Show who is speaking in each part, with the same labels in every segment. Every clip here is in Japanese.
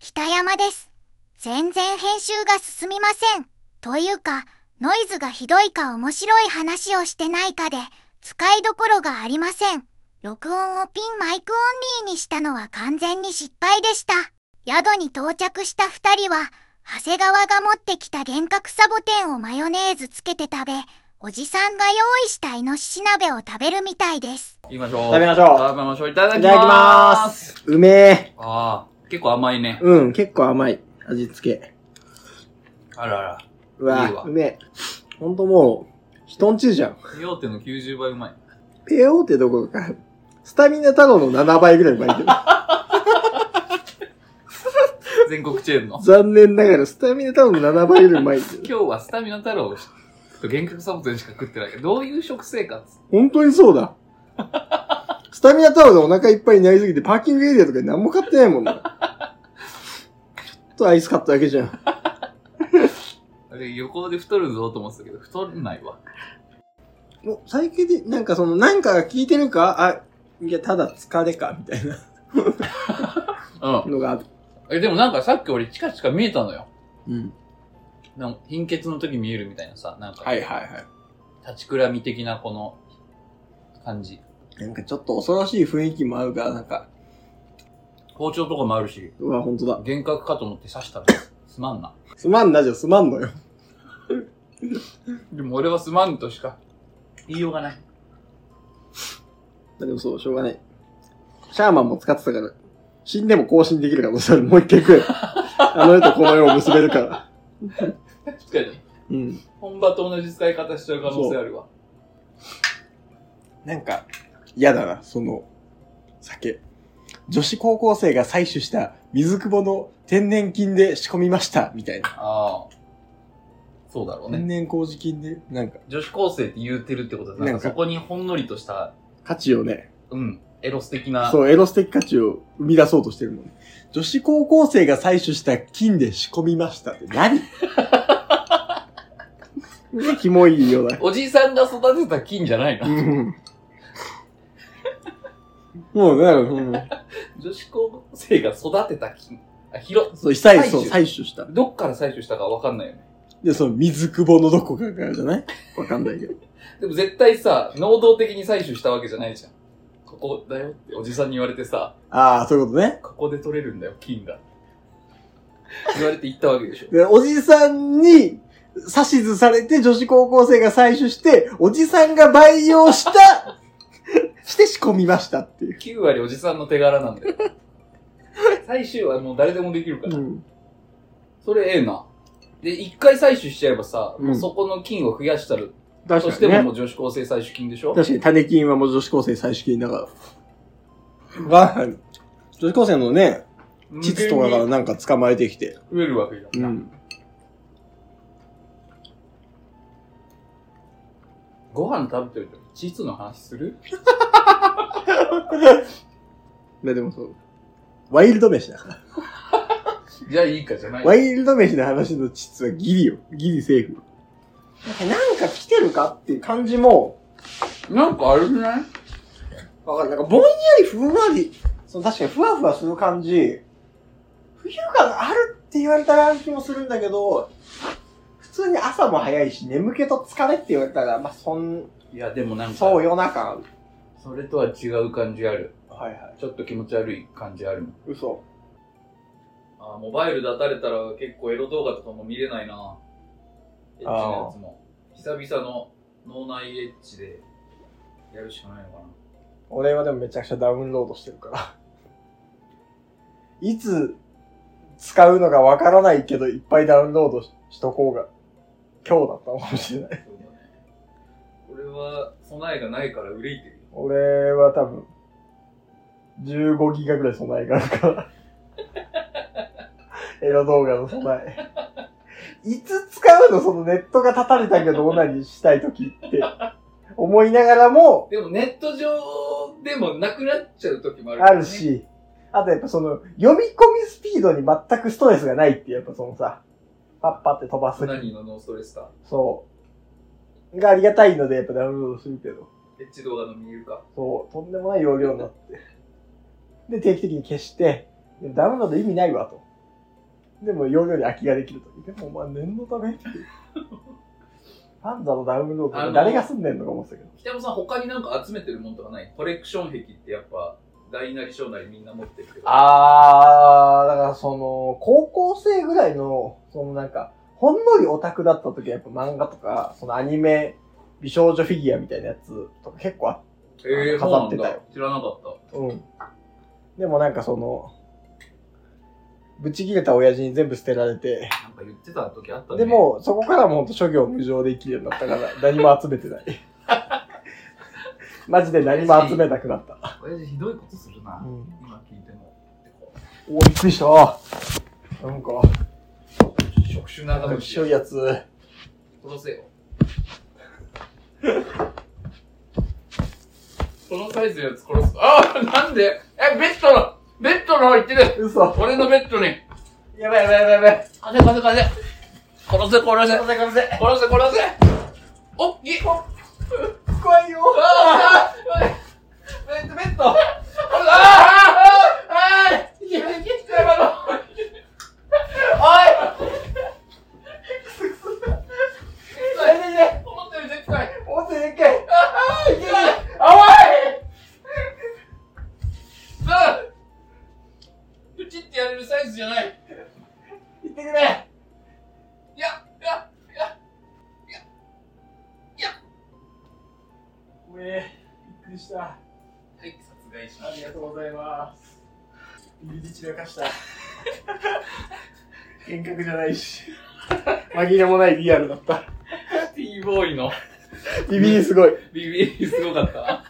Speaker 1: 北山です。全然編集が進みません。というか、ノイズがひどいか面白い話をしてないかで、使いどころがありません。録音をピンマイクオンリーにしたのは完全に失敗でした。宿に到着した二人は、長谷川が持ってきた幻覚サボテンをマヨネーズつけて食べ、おじさんが用意したイノシシ鍋を食べるみたいです。
Speaker 2: 行きましょう。
Speaker 3: 食べましょう
Speaker 2: 食べましょう。いただきます。
Speaker 3: いただきます。うめえ。
Speaker 2: ああ、結構甘いね。
Speaker 3: うん、結構甘い。味付け。
Speaker 2: あらあら。
Speaker 3: うわ、
Speaker 2: いいわ
Speaker 3: うめえ。ほんともう、人んちじゃん。
Speaker 2: ペヨーテの90倍うまい。
Speaker 3: ペオってどころか、スタミナ太郎の7倍ぐらいうまいけど。
Speaker 2: 全国チェー ンの。
Speaker 3: 残念ながら、スタミナ太郎の7倍ぐらいうまいけど。
Speaker 2: 今日はスタミナ太郎と幻覚サボテンしか食ってないけど、どういう食生活
Speaker 3: 本当にそうだ。スタミナ太郎でお腹いっぱいになりすぎて、パーキングエリアとかに何も買ってないもんな。ちょっとアイス買っただけじゃん。
Speaker 2: あれ、横で太るぞと思ってたけど、太らないわ。
Speaker 3: もう最近で、なんかその、なんか聞いてるかあ、いや、ただ疲れか、みたいな
Speaker 2: うん。
Speaker 3: のがある。
Speaker 2: え、でもなんかさっき俺チカチカ見えたのよ。
Speaker 3: うん。
Speaker 2: なんか貧血の時見えるみたいなさ、なんか、
Speaker 3: はいはいはい。
Speaker 2: 立ちくらみ的なこの感じ。
Speaker 3: なんかちょっと恐ろしい雰囲気もあるから、なんか、
Speaker 2: 包丁とかもあるし、
Speaker 3: うわ、ほんとだ。
Speaker 2: 幻覚かと思って刺したの。すまんな。
Speaker 3: すまんなじゃすまんのよ。
Speaker 2: でも俺はすまんとしか言いようがない。
Speaker 3: でもそう、しょうがない。シャーマンも使ってたから、死んでも更新できる可能性ある。もう一回 行くよ。あの世とこの世を結べるから。
Speaker 2: 確かに。
Speaker 3: うん。
Speaker 2: 本場と同じ使い方しちゃう可能性あるわ。
Speaker 3: なんか、嫌だな、その、酒。女子高校生が採取した水久保の天然菌で仕込みました、みたいな。
Speaker 2: ああ。そうだろうね。
Speaker 3: 然麹菌で、なんか、
Speaker 2: 女子高生って言うてるってことで、なん
Speaker 3: なん
Speaker 2: か
Speaker 3: か
Speaker 2: そこにほんのりとした、
Speaker 3: 価値をね、
Speaker 2: うん、エロス的な。
Speaker 3: そう、エロス的価値を生み出そうとしてるもんね。女子高校生が採取した菌で仕込みましたって何 キモいよな。
Speaker 2: おじいさんが育てた菌じゃないの、
Speaker 3: うんもうね、
Speaker 2: 女子高生が育てた菌。あ、広
Speaker 3: うん、、そう、
Speaker 2: 採
Speaker 3: 採
Speaker 2: 取
Speaker 3: 取、そう、採取した。
Speaker 2: どっから採取したかわかんないよね。
Speaker 3: で、その水久保のどこかからじゃないわかんないけど。
Speaker 2: でも絶対さ、能動的に採取したわけじゃないじゃん。ここだよっておじさんに言われてさ、
Speaker 3: ああ、そういうことね。
Speaker 2: ここで取れるんだよ、菌が。言われて行ったわけでしょ。
Speaker 3: でおじさんに指図されて女子高校生が採取して、おじさんが培養したして仕込みましたっていう。
Speaker 2: 9割おじさんの手柄なんだ よ。採取はもう誰でもできるから。
Speaker 3: ん。
Speaker 2: それええな。で、一回採取しちゃえばさ、
Speaker 3: うん
Speaker 2: もうそこの菌を増やしたる。
Speaker 3: 確
Speaker 2: そしてももう女子高生採取菌でしょ
Speaker 3: 確かに種菌はもう女子高生最終菌だから。が、女子高生のね、膣とかか
Speaker 2: 無限
Speaker 3: ら
Speaker 2: に
Speaker 3: なんか捕まえてきて。
Speaker 2: 増えるわけじゃん。
Speaker 3: うん。
Speaker 2: ご飯食べてる時、膣の話する
Speaker 3: ででもそう。ワイルド飯だから。
Speaker 2: じゃあいいかじゃない。
Speaker 3: ワイルド飯の話の膣はギリよ。ギリセーフ。なんか来てるかっていう感じも、
Speaker 2: なんかあれじゃない
Speaker 3: わかる。なんかぼんやりふんわり、その確かにふわふわする感じ、冬があるって言われたらある気もするんだけど、普通に朝も早いし、眠気と疲れって言われたら、まあ、そん、
Speaker 2: いや、でもなんか、
Speaker 3: そう夜中ある。
Speaker 2: それとは違う感じある。
Speaker 3: はいはい。
Speaker 2: ちょっと気持ち悪い感じあるもん。
Speaker 3: 嘘。
Speaker 2: あーモバイルでたれたら結構エロ動画とかも見れないな。エッチなやつも。久々の脳内エッチでやるしかないのかな。
Speaker 3: 俺はでもめちゃくちゃダウンロードしてるから。いつ使うのかわからないけど、いっぱいダウンロードししとこうが、今日だったのかもしれない。
Speaker 2: そうだね。俺は備えがないから憂いてるよ。
Speaker 3: 俺は多分、15ギガぐらい備えがあるから。 エロ動画の備え。いつ使うのそのネットが立たれたけど、オナニーしたいときって。思いながらも、
Speaker 2: でもネット上でもなくなっちゃう時もある、
Speaker 3: ある。し、あとやっぱその、読み込みスピードに全くストレスがないっていう、やっぱそのさ、パッパって飛ばす。
Speaker 2: 何のノーストレスだ。
Speaker 3: そう。がありがたいので、やっぱダウンロードするけど、
Speaker 2: エッチ動画の見えるか。
Speaker 3: そう、とんでもない容量になって。で、定期的に消して、でもダウンロード意味ないわと。でも容量に空きができるという。でもお前念のためって いう。パンザのダウンロード
Speaker 2: あの
Speaker 3: 誰が住んでんのか思ってたけど。
Speaker 2: 北山さん、他になんか集めてるものとかないコレクション壁ってやっぱ、大なり小なりみんな持ってるけど。
Speaker 3: あー、だからその、高校生ぐらいの、そのなんか、ほんのりオタクだった時はやっぱ漫画とか、そのアニメ、美少女フィギュアみたいなやつとか結構あっ
Speaker 2: えー、そう
Speaker 3: 飾
Speaker 2: な
Speaker 3: っ
Speaker 2: ん
Speaker 3: てたよ
Speaker 2: だ。知らなかった。
Speaker 3: うん。でもなんかその、ぶち切れた親父に全部捨てられて、
Speaker 2: なんか言ってた時あったね。
Speaker 3: で、もそこからもうほんと諸行無常で生きるようになったから、何も集めてない。 マジで何も集めたくなった。
Speaker 2: 親父ひどいことするな。
Speaker 3: うん、
Speaker 2: 今聞いても。でこう
Speaker 3: おー、びっくりした。なんか、
Speaker 2: 触手長
Speaker 3: 面
Speaker 2: 虫
Speaker 3: 白いやつ。
Speaker 2: 殺せよ。 このサイズのやつ殺す。ああなんでえ、ベッドの、ベッドの方行ってる
Speaker 3: 嘘。
Speaker 2: 俺のベッドに。
Speaker 3: やばいやばいやばいやばい。
Speaker 2: 風風風。殺せ殺せ。殺
Speaker 3: 風風
Speaker 2: せ殺せ殺せ。おっきい。あ
Speaker 3: 怖いよ。
Speaker 2: あベッドベッド。あああああいや、切った今の。おい
Speaker 3: 痛い痛い痛い。
Speaker 2: 思ったよりでっかい。
Speaker 3: おっとでっかい。
Speaker 2: ああいけない
Speaker 3: あわい
Speaker 2: あプチってやれるサイズじゃない。
Speaker 3: 行ってく
Speaker 2: い
Speaker 3: れ。
Speaker 2: や、いや、いや、
Speaker 3: ごめん。びっくりした。
Speaker 2: はい、殺害し
Speaker 3: あ
Speaker 2: ま
Speaker 3: り
Speaker 2: し
Speaker 3: が
Speaker 2: た。
Speaker 3: とうございます。ビビチらか した。幻覚じゃないし。紛れもないリアルだった。
Speaker 2: ティーボーイの
Speaker 3: ビビりすごい。
Speaker 2: ビビりすごかった。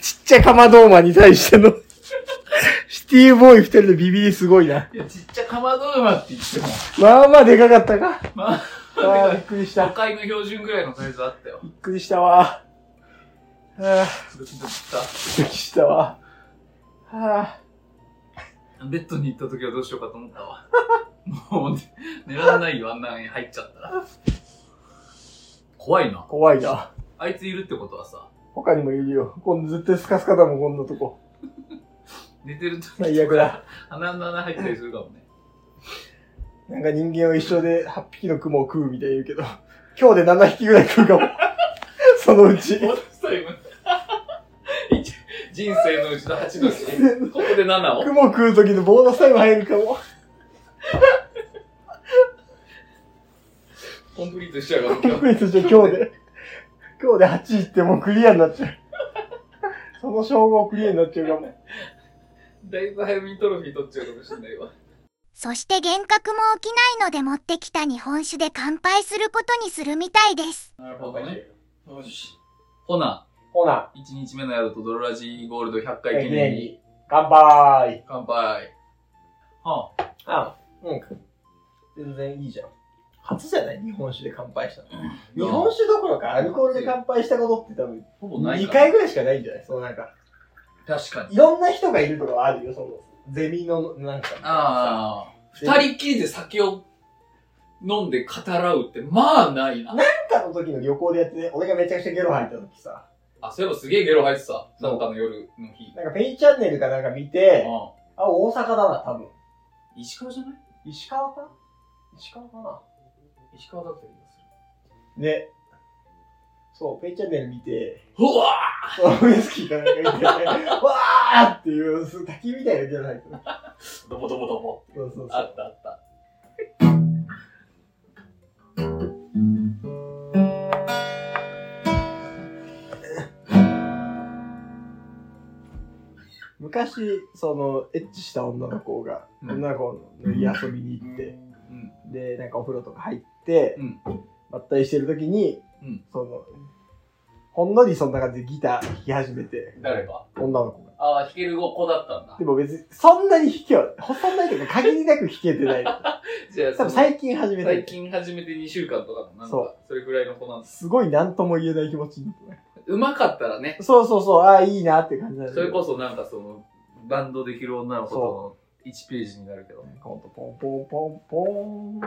Speaker 3: ちっちゃかまどーマに対しての。シティボーイ二人のビビりすごいな。
Speaker 2: いや、ちっちゃかまど馬って言っても、
Speaker 3: まあまあ でかかったか。
Speaker 2: まあ、
Speaker 3: ああ、びっくりし
Speaker 2: 都
Speaker 3: た。
Speaker 2: 会の標準ぐらいのサイズあったよ
Speaker 3: び。っくりしたわ。ああ、
Speaker 2: ドキドキした。
Speaker 3: びっくりしたわ。あ
Speaker 2: ベッドに行った時はどうしようかと思ったわ。 もう、寝られないよ、あんなに入っちゃったら。怖いな
Speaker 3: あ、。怖いな。
Speaker 2: あいついるってことはさ、
Speaker 3: 他にもいるよ。今度絶対スカスカだもん、こんなとこ。
Speaker 2: 寝てる時とか
Speaker 3: 最悪だ。
Speaker 2: 鼻の穴入ったりするかもね。
Speaker 3: なんか人間は一生で8匹の雲を食うみたいに言うけど、今日で7匹ぐらい食うかも。 そのうち。
Speaker 2: ボーナスタイム一人生のうちの8のうちここで7を。
Speaker 3: 雲食う時のボーナスタイム入るかも。
Speaker 2: コンプリートしちゃうかも、今日。
Speaker 3: 特にじゃ今日で。今日で8いってもうクリアになっちゃう。その称号クリアになっちゃうかも。
Speaker 2: だいぶ早めにトロフィー取っちゃうかもしれないわ。
Speaker 1: そして幻覚も起きないので持ってきた日本酒で乾杯することにするみたいです。
Speaker 2: なるほどね。よし。ほな、
Speaker 3: ほな、
Speaker 2: 1日目のやるとドロラジゴールド100回記念に。
Speaker 3: 乾杯。
Speaker 2: 乾杯。はあ、
Speaker 3: あ、うん。全然いいじゃん。初じゃない日本酒で乾杯したの。
Speaker 2: うん
Speaker 3: 日本酒どころかアルコールで乾杯したことって多分
Speaker 2: ほぼない
Speaker 3: 2
Speaker 2: から。
Speaker 3: 回ぐらいしかないんじゃないそのなんか。
Speaker 2: 確かに。
Speaker 3: いろんな人がいるとかはあるよ、その、ゼミの、なんか。
Speaker 2: ああ、
Speaker 3: さ
Speaker 2: 二人っきりで酒を飲んで語らうって、まあないな。
Speaker 3: なんかの時の旅行でやってね、俺がめちゃくちゃゲロ吐いた時さ、
Speaker 2: あ、そういえばすげえゲロ入ってた。なんかの夜の日。
Speaker 3: なんかペイチャンネルかなんか見て、
Speaker 2: あ
Speaker 3: あ、大阪だな、多分。
Speaker 2: あ石川じゃない
Speaker 3: 石川か石川かな
Speaker 2: 石川だった気がする。
Speaker 3: ね。そう、ペイチャンネル見て、
Speaker 2: うわ
Speaker 3: そうウイスキーかなん か見て、わーっていう、す滝みたいなゲロ吐いた。
Speaker 2: ーどぼどぼどぼ。
Speaker 3: そうそうそ
Speaker 2: あ
Speaker 3: う。
Speaker 2: ったあった。
Speaker 3: 昔、その、エッチした女の子が、
Speaker 2: うん
Speaker 3: 女の子の家遊びに行って、
Speaker 2: うん。
Speaker 3: で、なんかお風呂とか入って、
Speaker 2: うん
Speaker 3: まったりしてる時に、
Speaker 2: うん
Speaker 3: その、ほんのりそんな感じでギター弾き始めて、
Speaker 2: 誰が
Speaker 3: 女の子が。
Speaker 2: ああ、弾ける子だったんだ
Speaker 3: で。も別に、そんなに弾けは、そんなにというか限りなく弾け てない。
Speaker 2: じゃあ、
Speaker 3: 多
Speaker 2: そ
Speaker 3: 分
Speaker 2: の
Speaker 3: 最近始めた
Speaker 2: 最
Speaker 3: い。
Speaker 2: 近始めて2週間とかの、なん
Speaker 3: そ
Speaker 2: か、それぐらいの子なんです。
Speaker 3: すごい何とも言えない気持ちになってね。
Speaker 2: うまかったらね、
Speaker 3: そうそうそう、ああ、いいなって感じなんだ
Speaker 2: そ
Speaker 3: け
Speaker 2: れ
Speaker 3: ど。
Speaker 2: こそなんかその、バンドできる女の子との1ページになるけど。
Speaker 3: なんかほんと、ポンポンポンポン、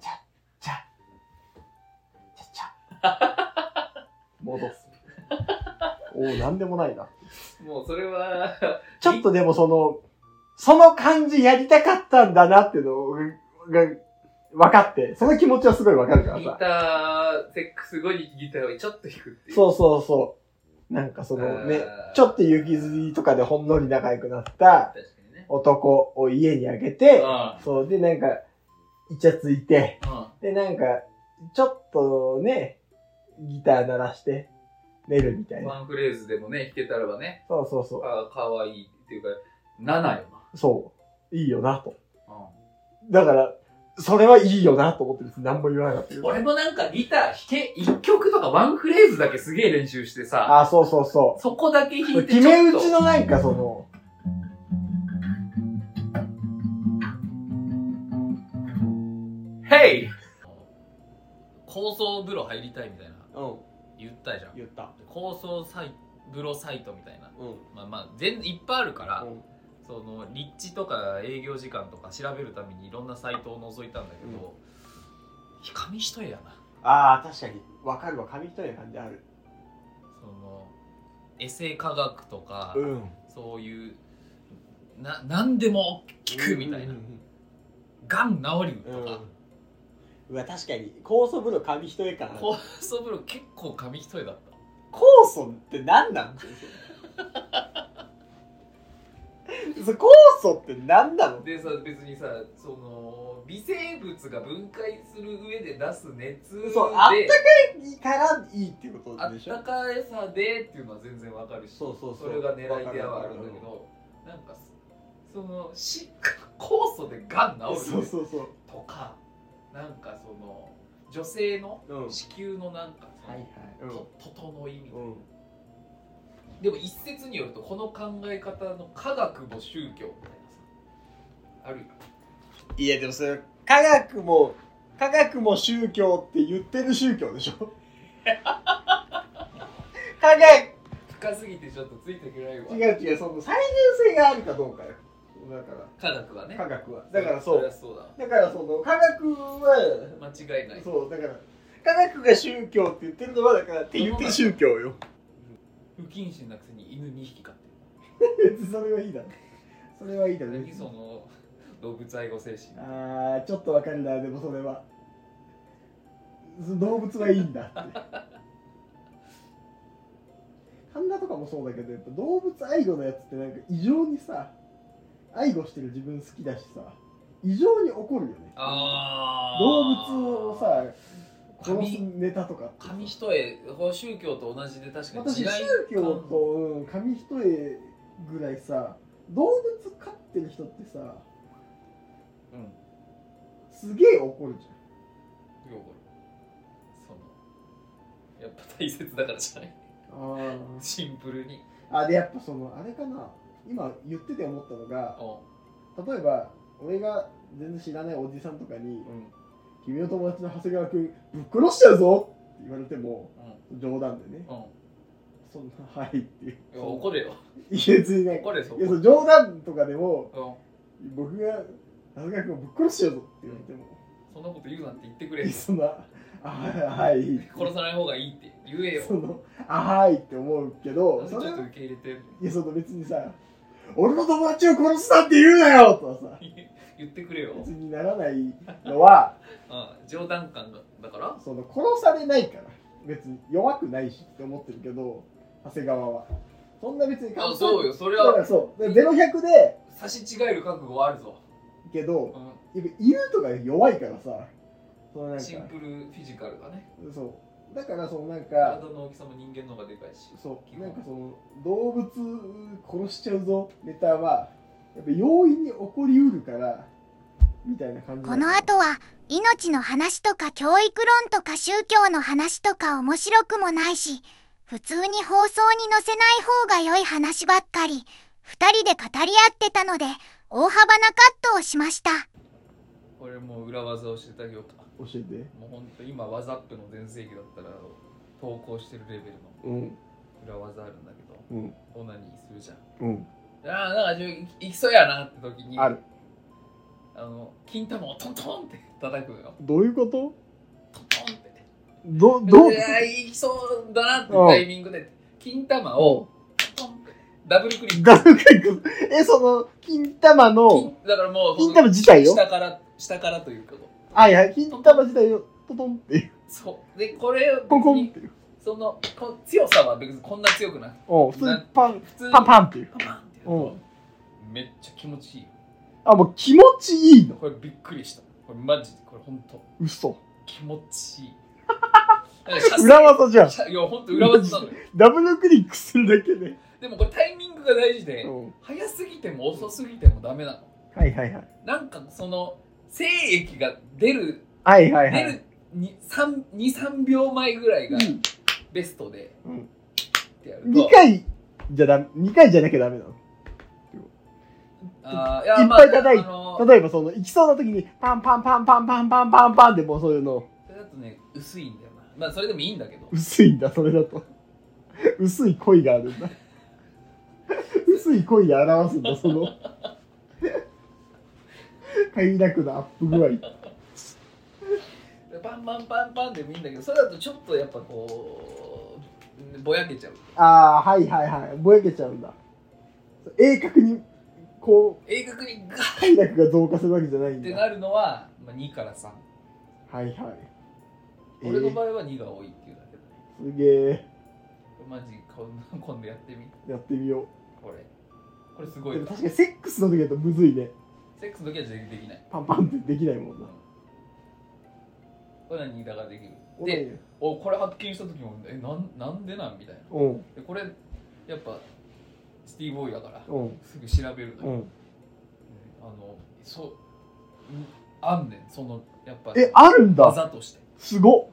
Speaker 3: チャッチャッ、チャッチャッ。 戻す。おお、なんでもないな。
Speaker 2: もうそれは、
Speaker 3: ちょっとでもその、その感じやりたかったんだなっていうのを、が分かって、その気持ちはすごい分かるから
Speaker 2: ギ
Speaker 3: さ。
Speaker 2: ター、セックス後にギターをちょっと弾くっていう。
Speaker 3: そうそうそう。なんかそのね、
Speaker 2: あー
Speaker 3: ちょっと雪ずりとかでほんのり仲良くなった
Speaker 2: 確かにね。
Speaker 3: 男を家にあげて、
Speaker 2: あ
Speaker 3: そう、でなんか、イチャついて、
Speaker 2: あ、
Speaker 3: でなんか、ちょっとね、ギター鳴らして寝るみた
Speaker 2: う
Speaker 3: い
Speaker 2: ん。
Speaker 3: な。
Speaker 2: ワンフレーズでもね、弾けたらばね、
Speaker 3: そうそうそ
Speaker 2: ああ、かわいいっていうか、7よ
Speaker 3: う。そう。いいよなと。
Speaker 2: な。
Speaker 3: だから、それはいいよなと思って別に何も言わなかったけ
Speaker 2: うん。
Speaker 3: ど。
Speaker 2: 俺もなんかギター弾け、1曲とかワンフレーズだけすげえ練習してさ、
Speaker 3: あ、そうそうそう。
Speaker 2: そこだけ弾いて
Speaker 3: 決め
Speaker 2: ちょっ
Speaker 3: 打ち
Speaker 2: と。
Speaker 3: のなんかその、
Speaker 2: ヘイ高層風呂入りたいみたいな
Speaker 3: うん、
Speaker 2: 言ったじゃん。
Speaker 3: 言った。
Speaker 2: 高層サイ風呂サイトみたいな。
Speaker 3: うん。
Speaker 2: まあまあ、全いっぱいあるから、その立地とか営業時間とか調べるためにいろんなサイトを覗いたんだけど、紙一重やな
Speaker 3: ああ、確かに。わかるわ。紙一重な感じある。
Speaker 2: そのエセ科学とか、
Speaker 3: うん。
Speaker 2: そういうな何でも聞くみたいなが、ん治るとか、
Speaker 3: うわ、確かに。酵素風呂紙一重感
Speaker 2: 酵素風呂結構紙一重だった
Speaker 3: 酵素って何なんだよそれ酵素って何なの
Speaker 2: でさ別にさその微生物が分解する上で出す熱で
Speaker 3: そうあったいいからいいっていうこ
Speaker 2: あ
Speaker 3: と
Speaker 2: っ
Speaker 3: でしょ
Speaker 2: たかさでっていうのは全然わかるし
Speaker 3: そうそうそ
Speaker 2: そうれが狙いではあるんだけどなんかそのし 酵素でがん治
Speaker 3: そ
Speaker 2: る
Speaker 3: うそうそう
Speaker 2: とかなんかその女性の
Speaker 3: うん
Speaker 2: 子宮のなんかその
Speaker 3: はいはいうん
Speaker 2: と整いみたいな、
Speaker 3: うん
Speaker 2: でも一説によるとこの考え方の科学も宗教みたいなさあるよ
Speaker 3: いやでもそれ科学も科学も宗教って言ってる宗教でしょ科学
Speaker 2: 深すぎてちょっとついてくれないわ
Speaker 3: 違う違うその再現性があるかどうかよだか
Speaker 2: 科学はね
Speaker 3: ら科学はだからそ
Speaker 2: りゃ
Speaker 3: う
Speaker 2: そうだわ
Speaker 3: だからその科学は
Speaker 2: 間違いない
Speaker 3: そうだから科学が宗教って言ってるのはだからって言ってる宗教よ
Speaker 2: 不謹慎なくせに犬2匹飼ってる
Speaker 3: 別にそれはいいだろそれはいいだろ
Speaker 2: 何その動物愛護精神
Speaker 3: あーちょっとわかるなでもそれは動物はいいんだって 神田とかもそうだけどやっぱ動物愛護のやつってなんか異常にさ愛護してる自分好きだしさ異常に怒るよね
Speaker 2: あー
Speaker 3: 動物をさ殺す
Speaker 2: 紙
Speaker 3: ネタとかってさ
Speaker 2: 紙一重こう宗教と同じで確かに
Speaker 3: 私宗教と、うん、紙一重ぐらいさ動物飼ってる人ってさ
Speaker 2: うんよ
Speaker 3: すげえ怒るじゃん
Speaker 2: くわかるそのやっぱ大切だからじゃない
Speaker 3: あー
Speaker 2: シンプルに
Speaker 3: あでやっぱそのあれかな今言ってて思ったのが
Speaker 2: お
Speaker 3: 例えば俺が全然知らないおじさんとかに
Speaker 2: うん
Speaker 3: 「君の友達の長谷川君ぶっ殺しちゃうぞ!」って言われても冗談でね
Speaker 2: うんうん
Speaker 3: 「そんなはい」っていう
Speaker 2: いや怒れよ
Speaker 3: いや別にね
Speaker 2: 怒れそ
Speaker 3: いや
Speaker 2: こ
Speaker 3: その冗談とかでも
Speaker 2: うん
Speaker 3: 僕が「長谷川君をぶっ殺しちゃうぞ!」って言われても
Speaker 2: そんなこと言うなって言ってく
Speaker 3: 「
Speaker 2: れ
Speaker 3: え
Speaker 2: よ
Speaker 3: そんなあはい」
Speaker 2: 殺さない方がいいって言えよ
Speaker 3: その「あはい」って思うけ
Speaker 2: な
Speaker 3: ど
Speaker 2: んでち
Speaker 3: それ
Speaker 2: ょっ
Speaker 3: は
Speaker 2: と受け入れて
Speaker 3: いやその別にさ「俺の友達を殺すなって言うなよ!」とはさ
Speaker 2: 言ってくれよ、う
Speaker 3: 別にならないのは
Speaker 2: ん、冗談感がだから
Speaker 3: その殺されないから別に弱くないしって思ってるけど長谷川はそんな別に
Speaker 2: あそうよそれ
Speaker 3: だか
Speaker 2: は
Speaker 3: らそうだから0100で
Speaker 2: 差し違える覚悟はあるぞ、
Speaker 3: け
Speaker 2: う
Speaker 3: ど
Speaker 2: ん
Speaker 3: やっぱ犬とか弱いからさそのなんか
Speaker 2: シンプルフィジカルがね
Speaker 3: そうだからそのなん
Speaker 2: 体
Speaker 3: か
Speaker 2: の大きさも人間の方がでかいし
Speaker 3: そう
Speaker 2: 基本
Speaker 3: なんかその動物殺しちゃうぞネタはやっぱ容易に起こりうるからみたいな感じ
Speaker 1: この後は命の話とか教育論とか宗教の話とか面白くもないし、普通に放送に載せない方が良い話ばっかり、二人で語り合ってたので、大幅なカットをしました。
Speaker 2: これもう裏技を教えてあげようか
Speaker 3: 教えて
Speaker 2: もうほんと今ワザップの全盛期だったら投稿してるレベルの
Speaker 3: うん
Speaker 2: 裏技あるんだけど
Speaker 3: うん
Speaker 2: オナニーするじゃん
Speaker 3: うん
Speaker 2: あーなんか自分いきそうやなって時に
Speaker 3: ある
Speaker 2: あの金玉をトントンって叩くのよ
Speaker 3: どういうこと
Speaker 2: トントンって
Speaker 3: ど
Speaker 2: いやいきそうだなってタイミングで金玉をトントンってダブルクリック
Speaker 3: ダブルクリック。え、その、金玉の、
Speaker 2: 金だからもう
Speaker 3: 金玉自体よ
Speaker 2: 下から下からというかこ
Speaker 3: あ、いや、金玉自体をトトンっていう
Speaker 2: う、そう。で、これ、
Speaker 3: コンコ
Speaker 2: 別
Speaker 3: ンっ
Speaker 2: に
Speaker 3: ていう。
Speaker 2: その、こ強さは別にこんな強くない。
Speaker 3: うん、普通にパン、
Speaker 2: 普通に
Speaker 3: パンパンっていう。
Speaker 2: パパンってやる
Speaker 3: う
Speaker 2: と
Speaker 3: ん、
Speaker 2: めっちゃ気持ちいいよ。
Speaker 3: あ、もう気持ちいいの。
Speaker 2: これびっくりした。これマジで、これほんと、
Speaker 3: 嘘。
Speaker 2: 気持ちいい。なんか射精
Speaker 3: 裏技じゃん。
Speaker 2: 射いや、ほんと裏技なのよ。
Speaker 3: ダブルクリックするだけで。
Speaker 2: でもこれタイミングが大事で
Speaker 3: う、ん。
Speaker 2: 早すぎても遅すぎてもダメなの。
Speaker 3: はいはいはい。
Speaker 2: なんかその、精液が出る、
Speaker 3: はいはいは
Speaker 2: 出
Speaker 3: い。
Speaker 2: る2、3 2 3秒前ぐらいが
Speaker 3: うん
Speaker 2: ベストで、
Speaker 3: うん
Speaker 2: ってやる
Speaker 3: 二
Speaker 2: と、
Speaker 3: 回じゃダメ、二回じゃなきゃダメなの。
Speaker 2: あーい
Speaker 3: いっ
Speaker 2: やま
Speaker 3: ぱい叩い
Speaker 2: ああのー
Speaker 3: 例えばその、行きそうな時に、パンパンパンパンパンパンパンパンってもうそういうの、
Speaker 2: それだとね、薄いんだよな。まあそれでもいいんだけど。
Speaker 3: 薄いんだ、それだと。薄い恋があるんだ。薄い恋で表すんだ、その。快楽なアップ具合。
Speaker 2: パンパンパンパンでもいいんだけど、それだとちょっとやっぱこう、ぼやけちゃう。
Speaker 3: ああ、はいはいはい。ぼやけちゃうんだ。鋭角に、こう、
Speaker 2: 鋭角にガー
Speaker 3: 快楽が増加するわけじゃない
Speaker 2: っ
Speaker 3: ん
Speaker 2: て
Speaker 3: だ。
Speaker 2: なるのは、まあ、2から3。
Speaker 3: はいはい。え
Speaker 2: 俺の
Speaker 3: ー、
Speaker 2: 場合は2が多いっていうだけだね。
Speaker 3: すげえ。
Speaker 2: マジこんな 今度やってみ
Speaker 3: やってみよ
Speaker 2: これこれす
Speaker 3: う。
Speaker 2: ご
Speaker 3: で
Speaker 2: い
Speaker 3: も
Speaker 2: わ
Speaker 3: 確かにセックスの時だとむずいね。
Speaker 2: セックスの時はできない
Speaker 3: パンパンってできないもんな。
Speaker 2: これ何だからできるでおこれ発見した時もえなんなんでなんみたいな
Speaker 3: うん、
Speaker 2: でこれやっぱシティボーイだから
Speaker 3: うん、
Speaker 2: すぐ調べるの
Speaker 3: う
Speaker 2: よ、
Speaker 3: ん。
Speaker 2: あのそうんあんねんそのやっぱ
Speaker 3: え、あるんだ。
Speaker 2: 技として
Speaker 3: すごっ。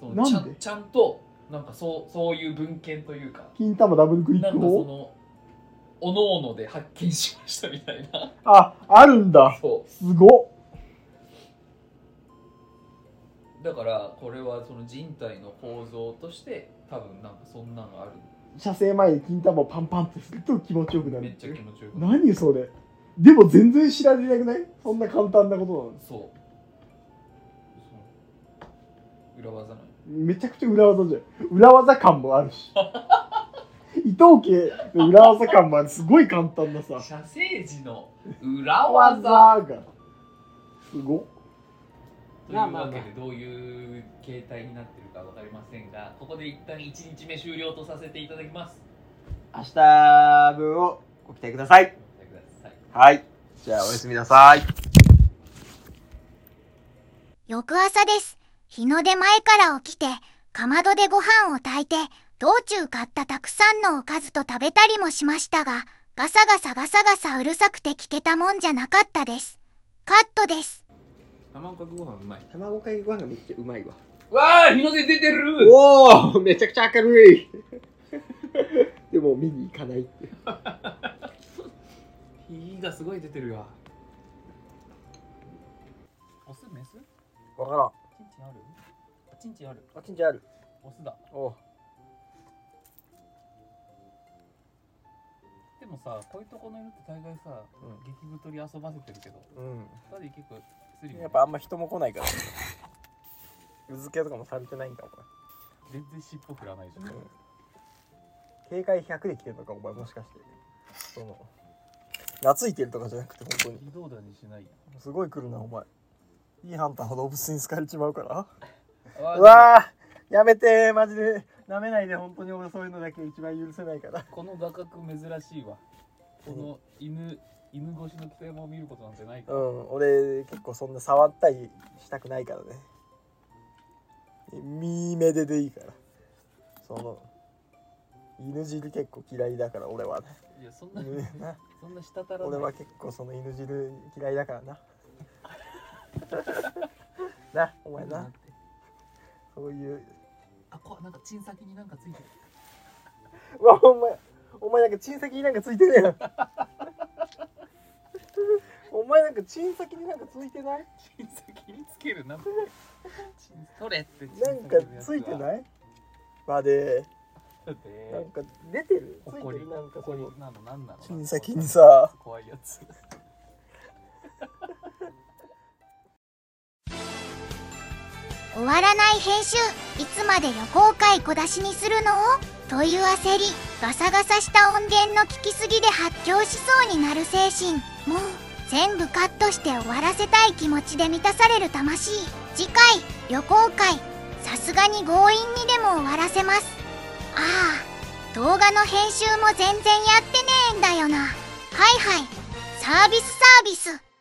Speaker 2: その
Speaker 3: なんで
Speaker 2: ちゃんちゃんとなんかそうそういう文献というか
Speaker 3: 金玉ダブルクリ
Speaker 2: な
Speaker 3: ッ
Speaker 2: んかそ
Speaker 3: クを
Speaker 2: のおのおので発見しましたみたいな
Speaker 3: あ、あるんだ。
Speaker 2: そう
Speaker 3: すごっ。
Speaker 2: だからこれはその人体の構造として多分なんかそんなのある
Speaker 3: 射精前に金玉をパンパンってすると気持ちよくなる。
Speaker 2: めっちゃ気持ちよくなる
Speaker 3: 何それ。でも全然知られなくないそんな簡単なことなの
Speaker 2: そうそう裏技なの
Speaker 3: めちゃくちゃ裏技じゃん。裏技感もあ るし。伊藤家の裏技感もある。すごい簡単なさ。
Speaker 2: 射精時の裏
Speaker 3: 技
Speaker 2: 技
Speaker 3: が。すごっ。
Speaker 2: というわけでどういう形態になってるかわかりませんがここで一旦1日目終了とさせていただきます
Speaker 4: 明日分をご期待ください。
Speaker 2: ご覧ください
Speaker 4: はい。じゃあおやすみなさい。
Speaker 1: 翌朝です。日の出前から起きて、かまどでご飯を炊いて、道中買ったたくさんのおかずと食べたりもしましたが、ガサガサガサガサうるさくて聞けたもんじゃなかったです。カットです。
Speaker 2: 卵かけご飯うまい
Speaker 4: 卵かけご飯がめっちゃうまいわ。
Speaker 2: わあ日の出出てる
Speaker 4: おおめちゃくちゃ明るい でも見に行かないって。
Speaker 2: 火がすごい出てるわオスメスチン
Speaker 4: わからん。
Speaker 2: チンあるあチンチンある
Speaker 4: あちんちゃんある。
Speaker 2: オスだ
Speaker 4: おう
Speaker 2: でもさこういうとこの犬って大概さ、
Speaker 4: うん
Speaker 2: 激太り遊ばせてるけど
Speaker 4: う
Speaker 2: 二人結構スリム
Speaker 4: ん。やっぱあんま人も来ないから。うずけとかもされてないんだ、お
Speaker 2: 全然尻尾振らないじゃん、
Speaker 4: うん前。警戒100で来てるのか、お前もしかして。その、懐いてるとかじゃなくて、本当に。
Speaker 2: 微動だにしないや
Speaker 4: すごい来るな、お前。いいハンターは動物に好かれちまうから。
Speaker 2: ん
Speaker 4: うわーやめてーマジで舐めないで本当に俺そういうのだけ一番許せないから
Speaker 2: この画角珍しいわこの犬犬越しの北山を見ることなんてないか
Speaker 4: う
Speaker 2: ら、
Speaker 4: ん俺結構そんな触ったりしたくないからね見目ででいいからその犬汁結構嫌いだから俺はね
Speaker 2: いやそんな
Speaker 4: 犬な
Speaker 2: そんな滴らない
Speaker 4: 俺は結構その犬汁嫌いだからななお前なそういう
Speaker 2: あこなんかチン先になんかついてる
Speaker 4: うわお前お前なんかチン先になんかついてねえよお前なんかチン先になんかついてない
Speaker 2: チン先につけるなってチン取れって
Speaker 4: なんかついて
Speaker 2: い
Speaker 4: ないまあで
Speaker 2: だっ
Speaker 4: なん
Speaker 2: て
Speaker 4: か出てるつ
Speaker 2: ほ
Speaker 4: い
Speaker 2: こ
Speaker 4: て
Speaker 2: り
Speaker 4: るなんかそ
Speaker 2: ほ
Speaker 4: の
Speaker 2: こりなのなんなの
Speaker 4: チン先にさ
Speaker 2: 怖いやつ
Speaker 1: 終わらない編集、いつまで予行回小出しにするのという焦り、ガサガサした音源の聞きすぎで発狂しそうになる精神、もう、全部カットして終わらせたい気持ちで満たされる魂次回旅行会さすがに強引にでも終わらせますああ動画の編集も全然やってねえんだよなはいはいサービスサービス